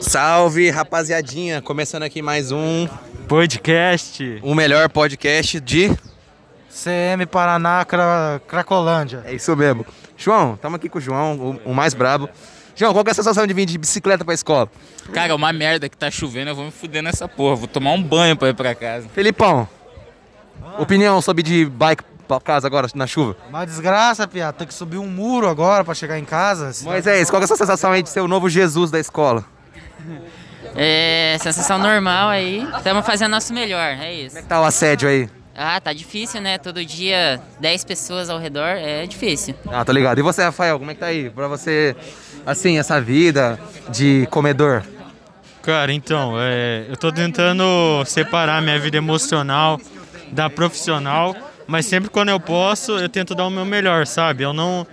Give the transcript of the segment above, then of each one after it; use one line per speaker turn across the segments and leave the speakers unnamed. Salve, rapaziadinha! Começando aqui mais um,
Podcast
o melhor podcast de.
CM Paraná Cra- Cracolândia.
É isso mesmo. João, estamos aqui com o João, o, o mais brabo. João, qual que é a sensação de vir de bicicleta pra escola?
Cara, é uma merda que tá chovendo, eu vou me fuder nessa porra. Vou tomar um banho pra ir pra casa.
Felipão, opinião sobre de bike pra casa agora na chuva?
Uma desgraça, piada. Tem que subir um muro agora pra chegar em casa.
Moisés, qual que é a sua sensação aí de ser o novo Jesus da escola?
É, sensação normal aí. Estamos fazendo nosso melhor, é isso.
Tá o assédio aí.
Ah, tá difícil, né? Todo dia 10 pessoas ao redor, é difícil.
Ah, tô ligado. E você, Rafael, como é que tá aí? Pra você, assim, essa vida de comedor?
Cara, então, é, eu tô tentando separar minha vida emocional da profissional, mas sempre quando eu posso, eu tento dar o meu melhor, sabe? Eu não,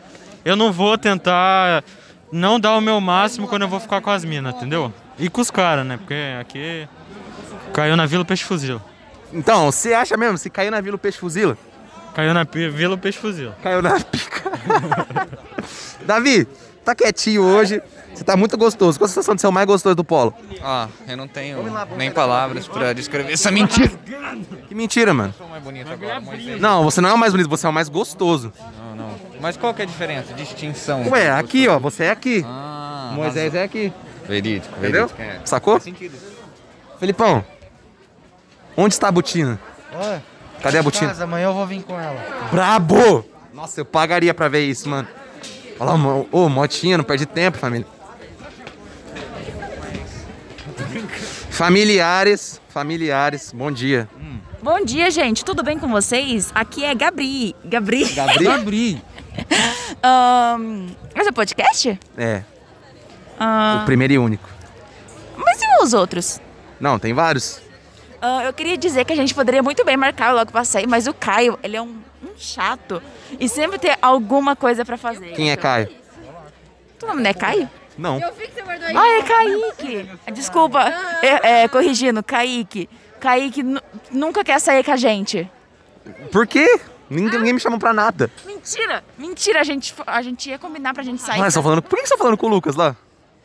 eu não vou tentar não dar o meu máximo quando eu vou ficar com as minas, entendeu? E com os caras, né? Porque aqui caiu na vila o peixe fuzil.
Então, você acha mesmo? Se caiu na vila o peixe fuzila?
Caiu na pi- vila o peixe fuzil.
Caiu na pica. Davi, tá quietinho hoje. Você tá muito gostoso. Qual a sensação de ser o mais gostoso do polo?
Ah, eu não tenho nem palavras pra descrever essa mentira.
Que mentira, mano. Não, você não é o mais bonito, você é o mais gostoso.
Mas qual que é a diferença? Distinção.
Ué, aqui, ó. Você é aqui.
Ah,
Moisés é aqui.
Verídico,
Entendeu? Sacou? Felipão, onde está a botina?
Olha,
Cadê a botina?
casa, amanhã eu vou vir com ela.
Brabo! Nossa, eu pagaria pra ver isso, mano. Olha lá, mo- ô, motinha, não perde tempo, família. Familiares, familiares, bom dia.
Bom dia, gente. Tudo bem com vocês? Aqui é Gabri. Gabri.
Tá
Gabriel?
Ahn, Mas é podcast?
É,
Ahn,
o primeiro e único.
Mas e os outros?
Não, tem vários.
Ahn, eu queria dizer que a gente poderia muito bem marcar logo passei, mas o Caio, ele é um, um chato. E sempre tem alguma coisa pra fazer.
Quem é Caio?
Teu nome não é Caio?
Não.
Ah, é Kaique. Desculpa, é, é, corrigindo, Kaique. Kaique nu- nunca quer sair com a gente.
Por quê? Ninguém, ninguém me chamou pra nada.
Mentira! Mentira, a gente, fo- a gente ia combinar pra gente sair.
Mas estão falando. Por que vocês estão falando com o Lucas lá?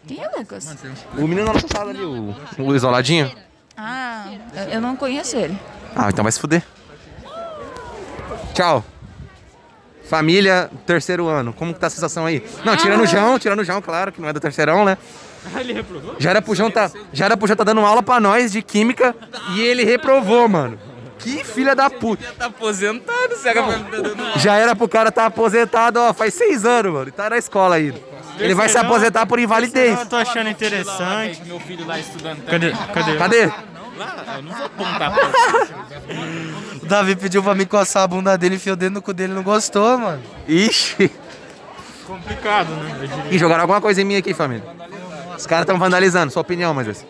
Quem é Lucas?
O menino na nossa sala ali, o, o isoladinho.
Ah, eu- eu não conheço ele.
Ah, então vai se fuder. Tchau. Família, terceiro ano. Como que tá a sensação aí? Não, tirando o João, tirando o João, claro, que não é do terceirão, né? Já era pro João tá, já era pro João tá dando aula pra nós de química e ele reprovou, mano. Que filha da puta.
Tá aposentado, será que
Já era pro cara tá aposentado, ó, faz seis anos, mano. E tá na escola ainda. Ele vai se aposentar por invalidez.
Eu tô achando interessante.
Meu filho lá estudando.
Cadê? Cadê?
Cadê?
O Davi pediu pra mim coçar a bunda dele, enfiou o dedo no cu dele, não gostou, mano.
Ixi.
Complicado, né?
Ih, jogaram alguma coisa em mim aqui, família. Os caras estão vandalizando, sua opinião, mas assim.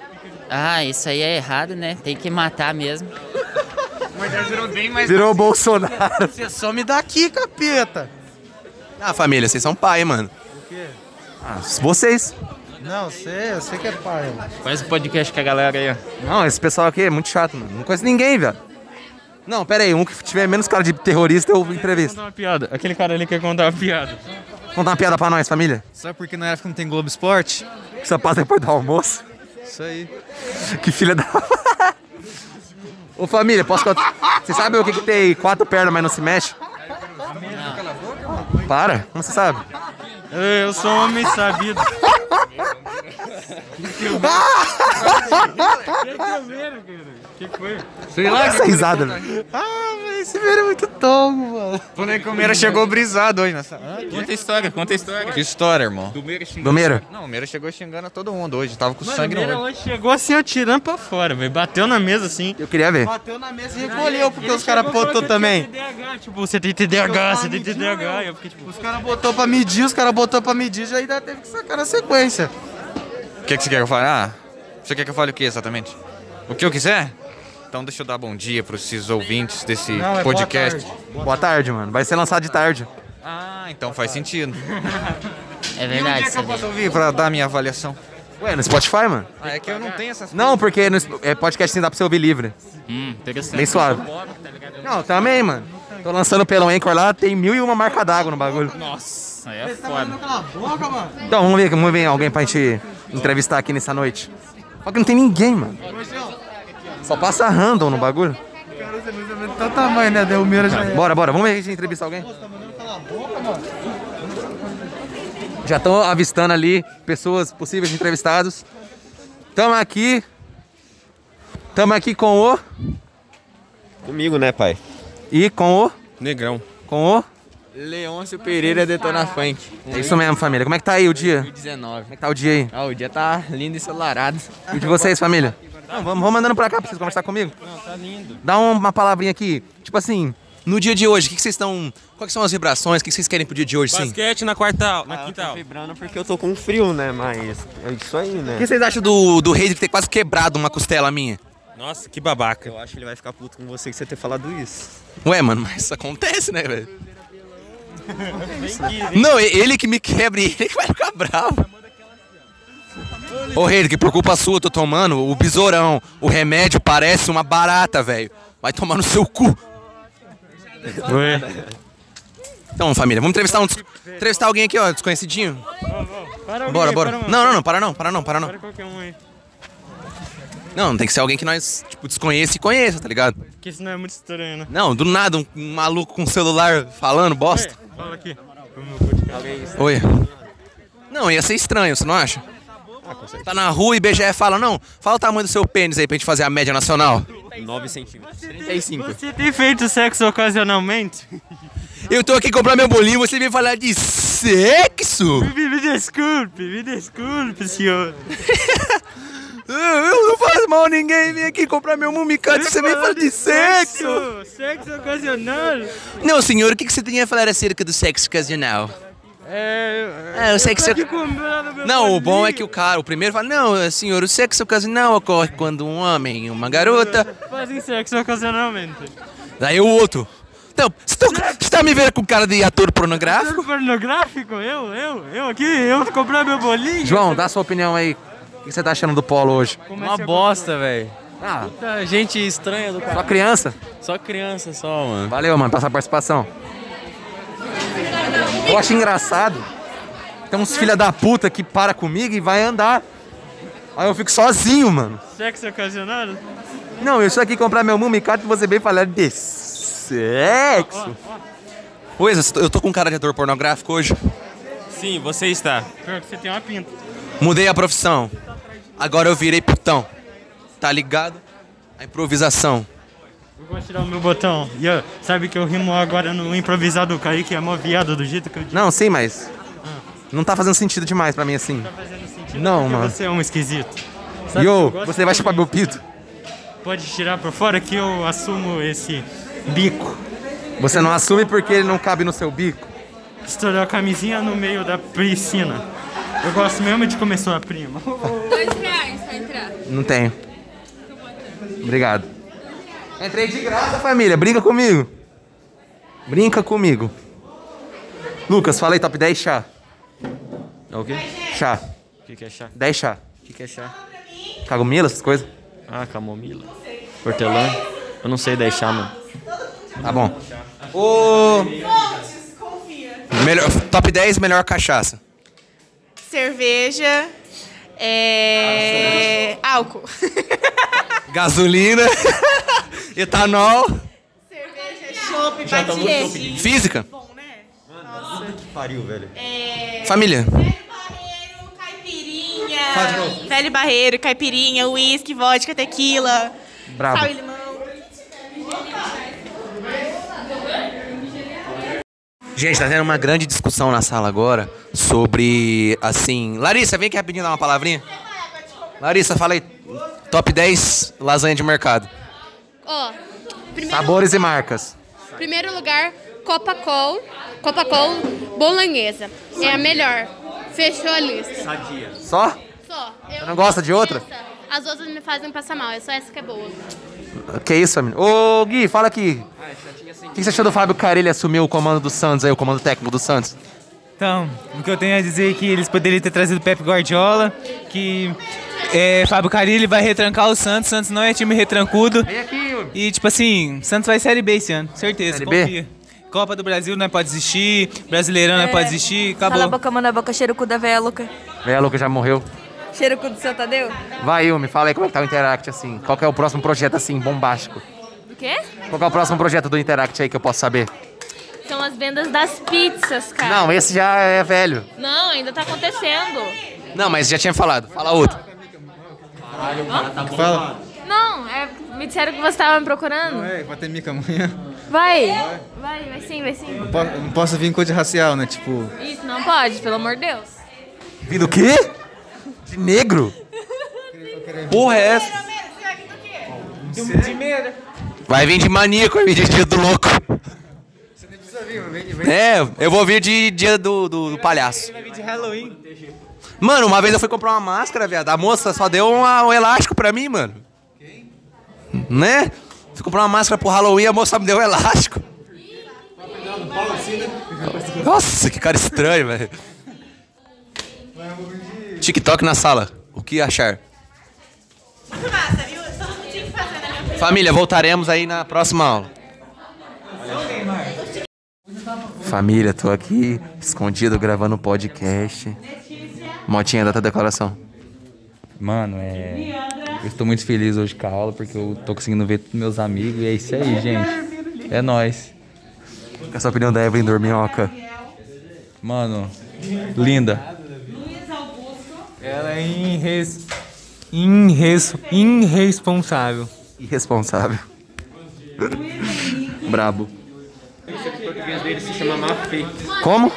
Ah, isso aí é errado, né? Tem que matar mesmo.
Virou o Bolsonaro.
Você some daqui, capeta.
Ah, família, vocês são pai, mano. Ah, vocês.
Não, você, eu sei que é pai. mano.
Faz o podcast com a galera aí, ó.
Não, esse pessoal aqui é muito chato, mano. Não conheço ninguém, velho. Não, pera aí. Um que tiver menos cara de terrorista, eu entrevisto.
Contar uma piada. Aquele cara ali quer contar uma piada.
Conta uma piada pra nós, família.
Sabe por que na época não tem Globo Esporte?
Que só passa depois do almoço.
Isso aí.
Que filha da... Ô, família, posso contar? Você sabe o que, que tem quatro pernas, mas não se mexe? Para, como você sabe?
Eu sou um homem sabido. Que foi?
Sei lá. Essa risada, velho.
Ah, Esse velho é muito tongo, mano.
Primeiro chegou brisado hoje nessa.
Conta a história, conta a história.
Que história, irmão.
Do Meira xingando.
Domeiro,
Não, o Meira chegou xingando a todo mundo hoje. Tava com
Mano,
sangue
o
no
é
Meira
olho.
hoje chegou assim, eu tirando pra fora, velho. Bateu na mesa assim.
eu queria ver.
Bateu na mesa e recolheu, porque os caras botou também.
Tipo, você tem TDAH, você tem
Eu falo,
TDAH.
eu-
Eu fiquei tipo,
Os caras botou pra medir, os caras botou pra medir, já ainda teve que sacar na sequência.
O que, que você quer que eu fale? Ah, você quer que eu fale o que exatamente? O que eu quiser? Então deixa eu dar bom dia pros esses ouvintes desse
Não, é boa
podcast.
tarde.
Boa tarde, mano. Vai ser lançado de tarde.
Ah, então faz sentido.
É
E onde
verdade,
é que eu
sabe?
posso ouvir pra dar minha avaliação?
Ué, no Spotify, mano?
Ah, é que eu não tenho essas
Não, porque no, é podcast sim dá pra você ouvir livre.
Hum, interessante.
Bem suave. Não, também, mano. Tô lançando pelo Anchor lá, tem mil e uma marca d'água no bagulho.
Nossa. Nossa, aí é foda.
Então, vamos ver, vamos ver alguém pra gente entrevistar aqui nessa noite. Só que não tem ninguém, mano. Só passa random no bagulho.
Então tá, mãe, né? Deu mira já.
Bora, bora, vamos ver se a gente entrevista alguém. Já estão avistando ali pessoas possíveis entrevistados. Tamo aqui. Tamo aqui com o.
Comigo, né, pai?
E com o.
Negrão.
Com o.
Leôncio Pereira Detona Funk.
É isso mesmo, família. Como é que tá aí o dia?
19.
Tá o dia aí.
Ah, o dia tá lindo e ensolarado.
E de vocês, família? Não, vamos, vamos mandando pra cá pra vocês conversar comigo. Não, tá lindo. Dá um- uma palavrinha aqui, tipo assim, no dia de hoje, o que, que vocês estão. Quais que são as vibrações? O que, que vocês querem pro dia de hoje, sim?
Basquete na quarta, na
Então.
quinta aula.
Vibrando porque eu tô com frio, né? Mas é isso aí, né?
O que vocês acham do, do Reis ter quase quebrado uma costela minha?
Nossa, que babaca.
Eu acho que ele vai ficar puto com você que você ter falado isso.
Ué, mano, mas isso acontece, né, velho? Não, e- ele que me quebra e ele que vai ficar bravo. Ô, Reis, que por culpa sua eu tô tomando o besourão. O remédio parece uma barata, velho. Vai tomar no seu cu.
Ué.
Então, família, vamos entrevistar um. Entrevistar alguém aqui, ó, desconhecidinho. Bora, bora.
um.
Não, não, não, para não, para não, para não.
qualquer um aí.
Não, tem que ser alguém que nós, tipo, desconheça e conheça, tá ligado?
Porque isso não é muito estranho, né?
Não, do nada, um, um maluco com um celular falando bosta.
Fala aqui.
Oi. Não, ia ser estranho, você não acha? Tá na rua e BGE fala, não, fala o tamanho do seu pênis aí pra gente fazer a média nacional.
9 centímetros.
35.
Você tem feito sexo ocasionalmente?
Eu tô aqui comprar meu bolinho, você vem falar de sexo?
Me, me desculpe, me desculpe, senhor.
Eu- Eu não faço mal a ninguém, vim aqui comprar meu mumicante, você vem falar de sexo?
Sexo ocasional?
Não, senhor, o que, que você tem a falar acerca do sexo ocasional?
É.
Ah, o sexo...
comprando meu
Não, o bom é que o cara, o primeiro fala, não, senhor, o sexo ocasional ocorre quando um homem e uma garota...
Fazem sexo ocasionalmente.
Daí o outro... Então, você tá, você tá me vendo com cara de ator pornográfico?
Pornográfico? Eu, eu, eu aqui, eu comprar meu bolinho?
João, dá sua opinião aí. O que você tá achando do polo hoje?
É Uma bosta, velho.
Ah,
Tá,
Gente estranha do cara.
sua criança?
Só criança só, mano.
Valeu, mano, pela sua participação. Eu acho engraçado. Tem uns filha da puta que para comigo e vai andar. Aí eu fico sozinho, mano.
Sexo ocasional?
Não, eu só aqui comprar meu mumicato e você vem falar de sexo. Pois, eu tô- eu tô com cara de ator pornográfico hoje.
Sim, você está.
Pior que você tem uma pinta.
Mudei a profissão. Agora eu virei putão. Tá ligado? A improvisação.
Eu vou tirar o meu botão. E eu, sabe que eu rimo agora no improvisado do Kaique, é mó viado do jeito que eu digo.
Não, sim, mas. Não tá fazendo sentido demais pra mim assim. Não,
porque
mano.
Você é um esquisito. Sabe que
Yo,
eu gosto
você vai chupar meu pito?
Pode tirar pra fora que eu assumo esse bico.
Você não assume porque ele não cabe no seu bico.
Estourou a camisinha no meio da piscina. Eu gosto mesmo de comer sua prima.
Dois reais pra entrar.
Não tenho. Obrigado. Entrei de graça, família. Brinca comigo. Brinca comigo. Lucas, falei top 10 chá.
É o quê?
Chá.
O que, que é chá?
10 chá.
O que, que é chá?
Cagomila, essas coisas.
Ah, camomila. Hortelã. Eu não sei deixar, mano.
Tá bom. Ô. Melhor,
Tá-
top 10 melhor cachaça.
Cerveja. É. Álcool.
Gasolina. Etanol.
Cerveja, chopp, patiê.
Física.
Bom, né?
Pariu, velho.
É.
Família.
Velho Barreiro, caipirinha. Velho Barreiro, caipirinha, uísque, vodka, tequila.
Bravo.
Sal e limão.
Gente, tá tendo uma grande discussão na sala agora sobre, assim... Larissa, vem aqui rapidinho dar uma palavrinha. Larissa, fala aí. Top 10 lasanha de mercado.
Ó,
Tá
primeiro,
Sabores e marcas.
primeiro lugar, Copacol. Copacol Bolanhesa. É a melhor. Fechou a lista.
Só?
Só. Eu
não gosta de outra?
essa. As outras me fazem passar mal, é só essa que é boa.
Que isso, família? Ô, Gui, fala aqui. O que você achou do Fábio Carelli assumir o comando do Santos aí, o comando técnico do Santos?
Então, o que eu tenho a dizer é que eles poderiam ter trazido Pepe Guardiola, que é, Fábio Carilli vai retrancar o Santos, Santos não é time retrancudo. E tipo assim, Santos vai Série B esse ano, certeza,
Série B?
confia.
Copa do Brasil
né,
não pode existir, Brasileirão não
É.
pode existir,
Cala a
acabou.
boca, manda a boca, cheiro o cu da véia louca.
Velho, louco, já morreu.
Cheiro o cu do seu Tadeu?
Vai, eu me fala aí como é que tá o Interact, assim. Qual que é o próximo projeto, assim, bombástico?
O quê?
Qual que é o próximo projeto do Interact aí que eu posso saber?
São as vendas das pizzas, cara.
Não, esse já é velho.
Não, ainda tá acontecendo.
Não, mas já tinha falado. Fala outro.
Fala.
Não, é, me disseram que você tava me procurando.
É, vai ter mica amanhã.
Vai, vai, vai sim, vai sim.
Po- Não posso vir em coisa racial, né? Tipo.
Isso, não pode, pelo amor de Deus.
Vi do quê? De negro? Porra, é essa?
De medo.
Vai vir de maníaco, vai vir de dia do louco.
É, eu vou vir de dia do, do, do palhaço.
De Halloween.
Mano, uma vez eu fui comprar uma máscara, viado. A moça só deu uma- um elástico pra mim, mano. Né? Fui comprar uma máscara pro Halloween, a moça me deu um elástico. Nossa, que cara estranho, velho. TikTok na sala. O que achar? Família, voltaremos aí na próxima aula.
Família, tô aqui, escondido, gravando podcast. Motinha, data da declaração.
Mano, é. Eu estou muito feliz hoje com a aula porque eu tô conseguindo ver todos meus amigos e é isso aí, gente. É nóis.
Essa opinião da Evelyn Dorminhoca.
Mano, linda.
Ela é inres... Inres... irresponsável.
Irresponsável. Brabo.
O português dele se chama Mafê.
Como?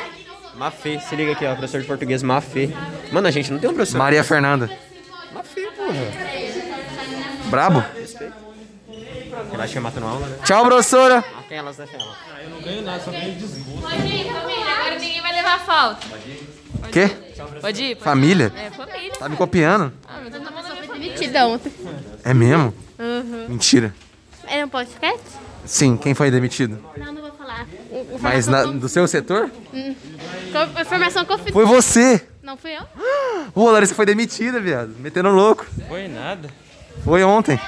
Mafê, se liga aqui, ó, professor de português Mafê. Mano, a gente não tem um professor.
Maria Fernanda.
Mafê, porra.
Brabo?
Respeito. Ele vai chamar tu na aula, né?
Tchau, professora.
Mata elas, deixa elas.
Ah, eu não ganho nada, só ganho desgosto. Pode ir, família, agora ninguém vai levar falta. Pode ir?
Quê?
Pode ir?
Família?
É, família.
Tá me copiando?
Ah, mas eu tô mandando minha
Demitida ontem.
É mesmo?
Uhum.
Mentira.
Era um podcast?
Sim, quem foi demitido?
Não, não vou falar. O- o
Mas na-
formação
do seu setor?
conf- Hum. Co- Formação confidencial.
Foi você.
Não fui eu?
Ô, a Larissa foi demitida, viado. Metendo louco.
Foi nada.
Foi ontem.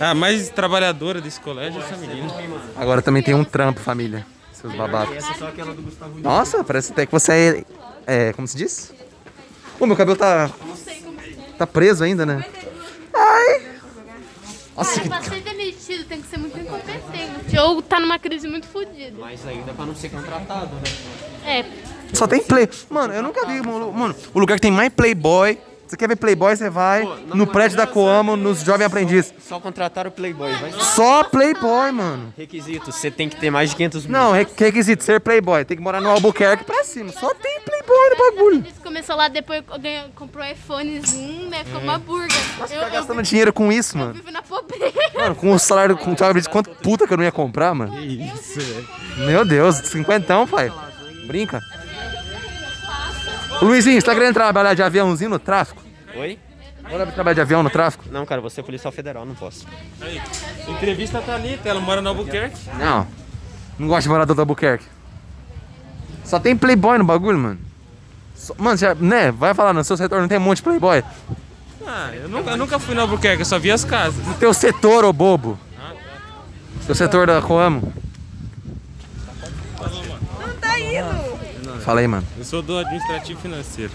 Ah, mais trabalhadora desse colégio é essa menina.
Agora também tem um trampo, família. Seus babados.
Essa é só aquela do Gustavo.
Nossa, parece até que você é. É. Como se diz? Pô, meu cabelo tá. Tá preso ainda, né? Nossa,
Cara, pra ser demitido tem que ser muito incompetente. O Diogo tá numa crise muito fodida.
Mas ainda pra não ser contratado, né?
É.
Só tem play. Mano, eu nunca vi. Mano, mano, o lugar que tem mais Playboy. Você quer ver Playboy, você vai no prédio da Coamo, nos Jovem Aprendiz.
Só contratar o Playboy, vai.
Só Playboy, mano.
Requisito, você tem que ter mais de 500 mil.
Não, re- requisito ser Playboy. Tem que morar no Albuquerque pra cima. Só tem Playboy no bagulho.
Isso começou lá, depois ganhou, comprou iPhonezinho, né? Ficou uma burga. Eu, eu
Uhum. Gastando dinheiro com isso, mano.
vivo na pobreza.
Mano, com o salário com o Jovem Aprendiz, quanto puta que eu não ia comprar, mano?
Isso, velho.
Meu Deus, cinquentão, pai. Brinca. Luizinho, você tá querendo trabalhar de aviãozinho no tráfico?
Oi?
Bora trabalhar de avião no tráfico?
Não, cara, você é policial federal, não posso.
Aí, entrevista tá ali, ela mora na Albuquerque.
Não. Não gosto de morador do Albuquerque. Só tem playboy no bagulho, mano. Só- mano, já, né? Vai falar, no seu setor não tem um monte de playboy.
Ah, eu nunca, eu nunca fui na Albuquerque, eu só vi as casas.
No teu setor, ô bobo. Seu setor da Coamo.
Não tá indo.
Fala aí, mano.
Eu sou do administrativo financeiro.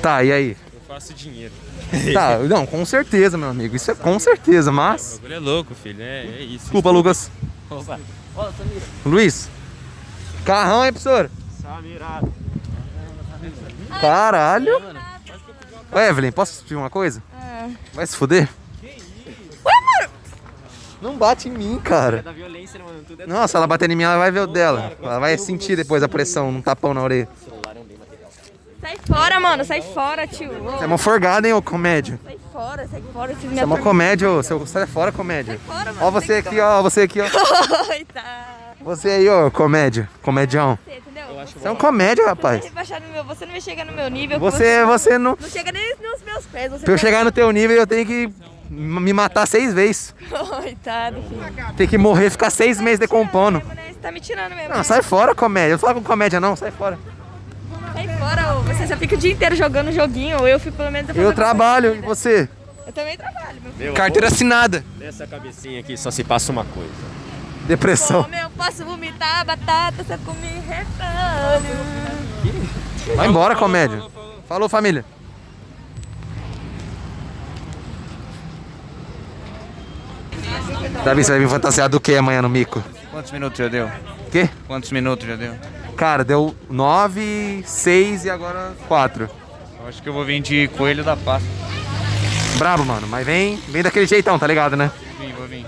Tá, e aí?
Eu faço dinheiro.
Tá, não, com certeza, meu amigo. Isso é com certeza,
O
mas.
bagulho é louco, filho. É, é isso.
Desculpa, Lucas.
Opa.
Luiz. Carrão, hein, professor?
ah.
Caralho. Ô, Evelyn, posso te pedir uma coisa? Vai se fuder? Não bate em mim, cara.
Da violência, né, mano? Tudo é
Nossa, ela batendo em mim, ela vai ver o dela. Ela vai sentir depois a pressão, um tapão na orelha.
Sai fora, mano, sai fora, tio. Ô,
Você é uma forgada, hein, ô comédia?
Sai fora, sai fora. Esse
Você é uma comédia, ô. Você sai fora, comédia. Ó você aqui, ó, você aqui, ó.
ah.
Você aí, ó, comédia. Comedião. Você é um comédia, rapaz.
Baixar no meu, você não vai chegar no meu nível. que
Você, é você não...
Não chega nem nos meus pés. Você tá
Pra eu chegar no teu nível, eu tenho que me matar seis vezes.
Coitado, filho.
Tem que morrer, ficar seis meses decompondo.
Você tá me tirando mesmo.
Não, sai fora, comédia. Eu não falo com comédia, não. Sai fora.
Sai fora, ô. Você só fica o dia inteiro jogando joguinho. ou Eu fico, pelo menos, fazendo
Eu trabalho, e você?
Eu também trabalho, meu filho.
Carteira assinada.
Nessa cabecinha aqui só se passa uma coisa.
Depressão.
Como eu posso vomitar a batata se eu comer repolho?
Vai embora, comédia. Falou, família. Davi, você vai vir fantasiar do que amanhã no mico?
Quantos minutos já deu?
Quê?
Quantos minutos já deu?
Cara, deu 9, 6 e agora 4.
Eu acho que eu vou vir de coelho da pasta.
Brabo, mano. Mas vem, vem daquele jeitão, tá ligado, né?
Vim, vou vir.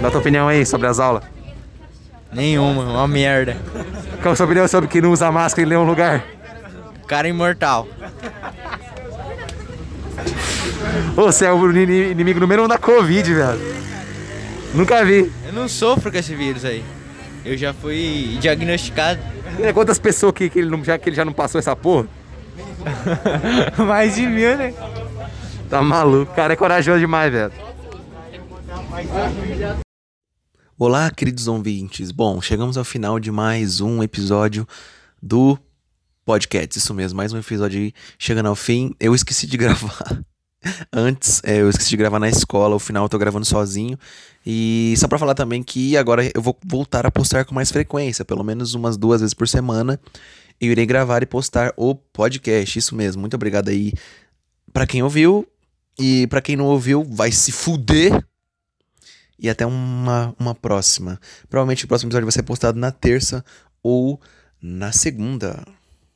Dá tua opinião aí sobre as aulas.
Nenhuma, uma merda.
Qual a sua opinião sobre que não usa máscara em nenhum lugar?
Cara imortal.
Ô, Você é o ini- inimigo número um da Covid, velho. Nunca vi.
Eu não sofro com esse vírus aí. Eu já fui diagnosticado.
Olha É, Quantas pessoas que, que ele não, já, que ele já não passou essa porra?
Mais de mil, né?
Tá maluco. O cara é corajoso demais, velho.
Olá, queridos ouvintes. Bom, chegamos ao final de mais um episódio do podcast. Isso mesmo, mais um episódio aí chegando ao fim. Eu esqueci de gravar. Antes, é, eu esqueci de gravar na escola, o final eu tô gravando sozinho. E só pra falar também que agora eu vou voltar a postar com mais frequência, pelo menos umas duas vezes por semana. Eu irei gravar e postar o podcast. Isso mesmo. Muito obrigado aí pra quem ouviu. E pra quem não ouviu, vai se fuder. E até uma, uma próxima. Provavelmente o próximo episódio vai ser postado na terça ou na segunda.